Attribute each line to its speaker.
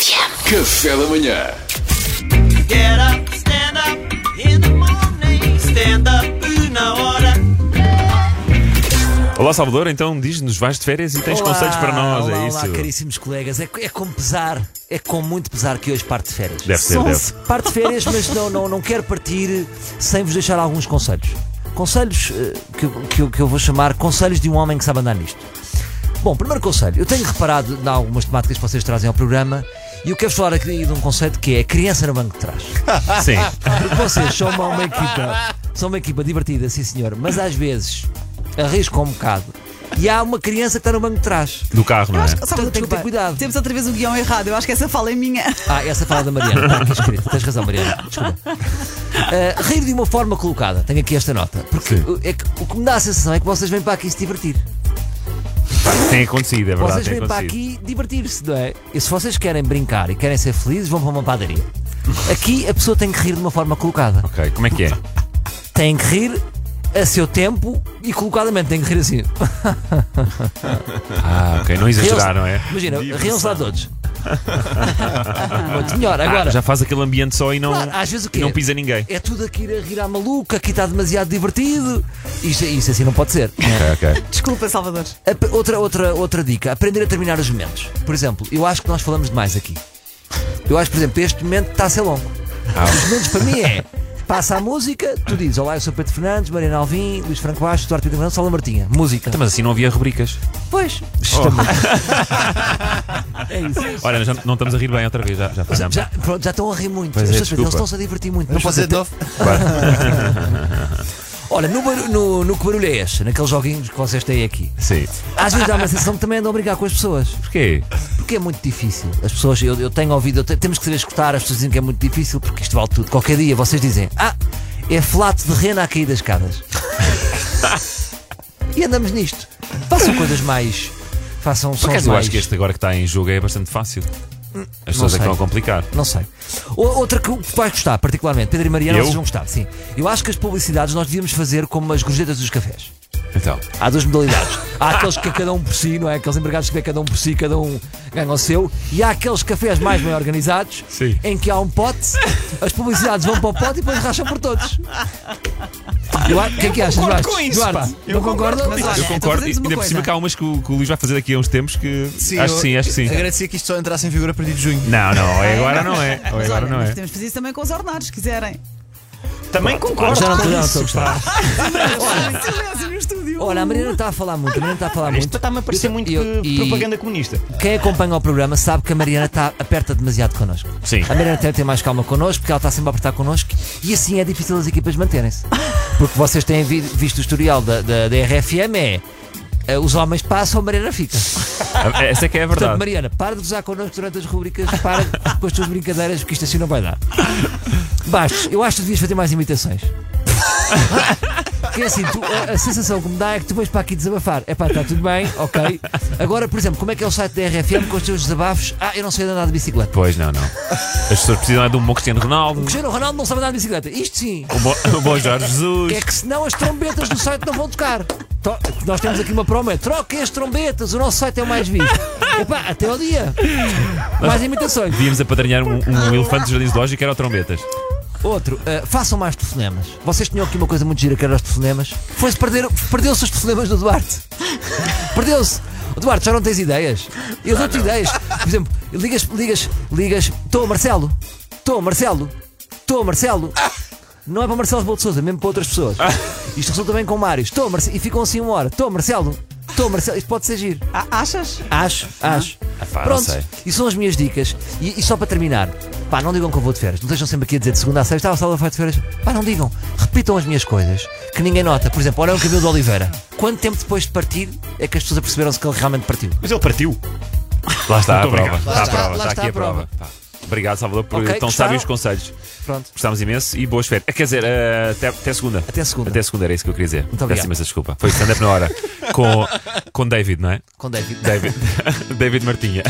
Speaker 1: Café da manhã.
Speaker 2: Get up, stand up in the morning. Stand up na hora.
Speaker 3: Olá Salvador, então diz-nos, vais de férias e tens
Speaker 4: Olá,
Speaker 3: conselhos para nós,
Speaker 4: olá,
Speaker 3: é
Speaker 4: Olá,
Speaker 3: isso?
Speaker 4: caríssimos colegas. É, é com pesar, é com muito pesar que hoje parte de férias.
Speaker 3: Deve ser, deve.
Speaker 4: Parte de férias, mas não, não, não quero partir sem vos deixar alguns conselhos. Conselhos eh, que, eu- que, eu- que eu vou chamar conselhos de um homem que sabe andar nisto. Bom, primeiro conselho. Eu tenho reparado em algumas temáticas que vocês trazem ao programa e eu quero falar aqui de um conceito que é a criança no banco de trás.
Speaker 3: Sim.
Speaker 4: Porque vocês são uma, uma equipa, são uma equipa divertida, sim senhor, mas às vezes arriscam um bocado. E há uma criança que está no banco de trás.
Speaker 3: Do carro, não é?
Speaker 4: Portanto, tem que ter cuidado.
Speaker 5: Temos outra vez o guião errado. Eu acho que essa fala é minha.
Speaker 4: Ah, essa fala da Mariana. Está aqui escrito. Tens razão, Mariana. Desculpa. Ah, rir de uma forma colocada. Tenho aqui esta nota. Porque o- é que- o que me dá a sensação é que vocês vêm para aqui se divertir.
Speaker 3: Tem acontecido, é verdade,
Speaker 4: vocês
Speaker 3: tem
Speaker 4: vêm para
Speaker 3: acontecido.
Speaker 4: aqui divertir-se, não é? E se vocês querem brincar e querem ser felizes, vão para uma padaria. Aqui a pessoa tem que rir de uma forma colocada.
Speaker 3: Ok, como é que é?
Speaker 4: Tem que rir a seu tempo e colocadamente. Tem que rir assim.
Speaker 3: Ah, ok, não exagerar, não é?
Speaker 4: Imagina, riam-se lá todos. Bom, senhor, agora.
Speaker 3: Ah, Já faz aquele ambiente só e não,
Speaker 4: Claro, às vezes o
Speaker 3: e
Speaker 4: quê?
Speaker 3: não pisa ninguém.
Speaker 4: É tudo aqui a rir à maluca, aqui está demasiado divertido. Isto, isto assim não pode ser.
Speaker 3: Ok, ok.
Speaker 5: Desculpa, Salvador.
Speaker 4: Ap- Outra, outra, outra dica: aprender a terminar os momentos. Por exemplo, eu acho que nós falamos demais aqui. Eu acho, por exemplo, este momento está a ser longo.
Speaker 3: Ah.
Speaker 4: Os momentos para mim é. Passa a música, tu dizes: Olá, eu sou Pedro Fernandes, Mariana Alvim, Luís Franco Bastos, Duarte Pedro Fernandes, Sola Martinha. Música.
Speaker 3: Mas assim não havia rubricas.
Speaker 4: Pois. É isso.
Speaker 3: Olha, já não estamos a rir bem outra vez, já, já fazemos.
Speaker 4: Já, pronto, já estão a rir muito.
Speaker 3: Pois é,
Speaker 4: As pessoas-
Speaker 3: desculpa.
Speaker 4: eles estão-se a divertir muito. Vamos fazer
Speaker 6: novo?
Speaker 4: Olha, no, barulho- no, no que barulho é este? Naqueles joguinhos que vocês têm aqui.
Speaker 3: Sim.
Speaker 4: Às vezes dá uma sensação que também andam a brigar com as pessoas.
Speaker 3: Porquê?
Speaker 4: Porque é muito difícil. As pessoas, eu, eu tenho ouvido, eu te- temos que saber escutar, as pessoas dizem que é muito difícil porque isto vale tudo. Qualquer dia vocês dizem, ah, é flato de rena a cair das escadas. e andamos nisto. Façam coisas mais. Façam
Speaker 3: Por
Speaker 4: sons
Speaker 3: acaso eu
Speaker 4: mais.
Speaker 3: acho que este agora que está em jogo é bastante fácil. As pessoas é
Speaker 4: sei.
Speaker 3: que estão a complicar.
Speaker 4: Não sei. O- Outra que que vais gostar, particularmente, Pedro e Mariana,
Speaker 3: Eu?
Speaker 4: vocês vão gostar, sim. Eu acho que as publicidades nós devíamos fazer como as gorjetas dos cafés.
Speaker 3: Então.
Speaker 4: Há duas modalidades. Há aqueles que é cada um por si, não é? Aqueles empregados que é cada um por si, cada um ganha o seu. E há aqueles cafés mais bem organizados
Speaker 3: Sim.
Speaker 4: em que há um pote, as publicidades vão para o pote e depois racham por todos. Eu acho- O que é que achas,
Speaker 3: concordo
Speaker 4: Vasco?
Speaker 3: com isso,
Speaker 4: Duarte,
Speaker 3: pá.
Speaker 4: não concordo?
Speaker 5: com isso.
Speaker 3: Eu
Speaker 5: Olha, então
Speaker 3: concordo,
Speaker 5: fazemos
Speaker 3: ainda
Speaker 5: uma
Speaker 3: por
Speaker 5: coisa.
Speaker 3: cima que há umas que o, que o Luís vai fazer daqui a uns tempos que. acho que
Speaker 6: eu
Speaker 3: sim, acho que sim.
Speaker 6: Agradecia que isto só entrasse em vigor a partir de junho.
Speaker 3: Não, não, é agora não é. Ou é
Speaker 5: Mas
Speaker 3: agora
Speaker 5: olha,
Speaker 3: não
Speaker 5: mas
Speaker 3: é.
Speaker 5: podemos fazer isso também com os ordenados, se quiserem.
Speaker 3: Também concordo.
Speaker 4: Já não estou- já não estou a gostar.
Speaker 5: Silêncio no estúdio.
Speaker 4: Olha, a Mariana está a falar muito, a Mariana está a falar muito.
Speaker 7: Isto está-me a parecer
Speaker 4: Eu-
Speaker 7: muito
Speaker 4: eu-
Speaker 7: que-
Speaker 4: e-
Speaker 7: propaganda comunista.
Speaker 4: Quem acompanha o programa sabe que a Mariana está aperta demasiado connosco.
Speaker 3: Sim.
Speaker 4: A Mariana tem de ter mais calma connosco, porque ela está sempre a apertar connosco e assim é difícil as equipas manterem-se. Porque vocês têm vi- visto o historial da, da, da RFM é. eh, Os homens passam, a Mariana fica.
Speaker 3: Essa é que é a
Speaker 4: Portanto,
Speaker 3: verdade.
Speaker 4: Mariana, para de usar connosco durante as rubricas, para com as tuas brincadeiras, porque isto assim não vai dar. Bastos, eu acho que devias fazer mais imitações. Porque assim, tu- a, a sensação que me dá é que tu vais para aqui desabafar. É pá, está tudo bem, ok. Agora, por exemplo, como é que é o site da RFM com os teus desabafos? Ah, eu não sei andar de bicicleta.
Speaker 3: Pois não, não. As pessoas precisam é de um bom Cristiano Ronaldo,
Speaker 4: O Cristiano Ronaldo não sabe andar de bicicleta. Isto sim.
Speaker 3: um bom, um bom Jorge Jesus.
Speaker 4: É que senão as trombetas do site não vão tocar. To- Nós temos aqui uma promo, é troquem as trombetas, o nosso site é o mais visto. Epá, até ao dia. Mais imitações.
Speaker 3: Devíamos apadrinhar um, um elefante de jardim zoológico que era o trombetas.
Speaker 4: Outro, eh, façam mais telefonemas. Vocês tinham aqui uma coisa muito gira que era os telefonemas. Foi-se perder, perdeu-se os telefonemas do Duarte. perdeu-se. Oh, Duarte, já não tens ideias? Eu dou-te ideias. Por exemplo, ligas, ligas, ligas. Estou Marcelo. Estou Marcelo. Estou Marcelo. Não é para Marcelo Rebelo de Souza, mesmo para outras pessoas. Isto resulta bem com Mário. Estou Marcelo. E ficam assim uma hora. Estou Marcelo. Estou Marcelo. Isto pode ser giro.
Speaker 5: A- Achas?
Speaker 4: Acho, acho.
Speaker 3: Ah, pá, não
Speaker 4: Pronto,
Speaker 3: sei.
Speaker 4: e são as minhas dicas. E, e só para terminar, pá, não digam que eu vou de férias. Não deixam sempre aqui a dizer de segunda a sexta, ah, o Salvador vai de férias. Pá, não digam. Repitam as minhas coisas, que ninguém nota. Por exemplo, olha o cabelo de Oliveira. Quanto tempo depois de partir é que as pessoas aperceberam-se que ele realmente partiu?
Speaker 7: Mas ele partiu.
Speaker 3: Lá está a prova.
Speaker 7: obrigado.
Speaker 3: Está a prova,
Speaker 4: lá
Speaker 3: está
Speaker 4: está
Speaker 3: aqui
Speaker 4: a
Speaker 3: a prova. Pá. Obrigado, Salvador, por
Speaker 4: Ok,
Speaker 3: tão
Speaker 4: gostaram?
Speaker 3: sábios conselhos.
Speaker 4: Pronto.
Speaker 3: Gostámos imenso e boas férias. Ah, Quer dizer, ah, até, até segunda.
Speaker 4: Até segunda.
Speaker 3: Até segunda, era isso que eu queria dizer.
Speaker 4: obrigado.
Speaker 3: Peço imensa desculpa. Foi stand-up na hora. com, com David, não é?
Speaker 4: Com David.
Speaker 3: David. David Martinha.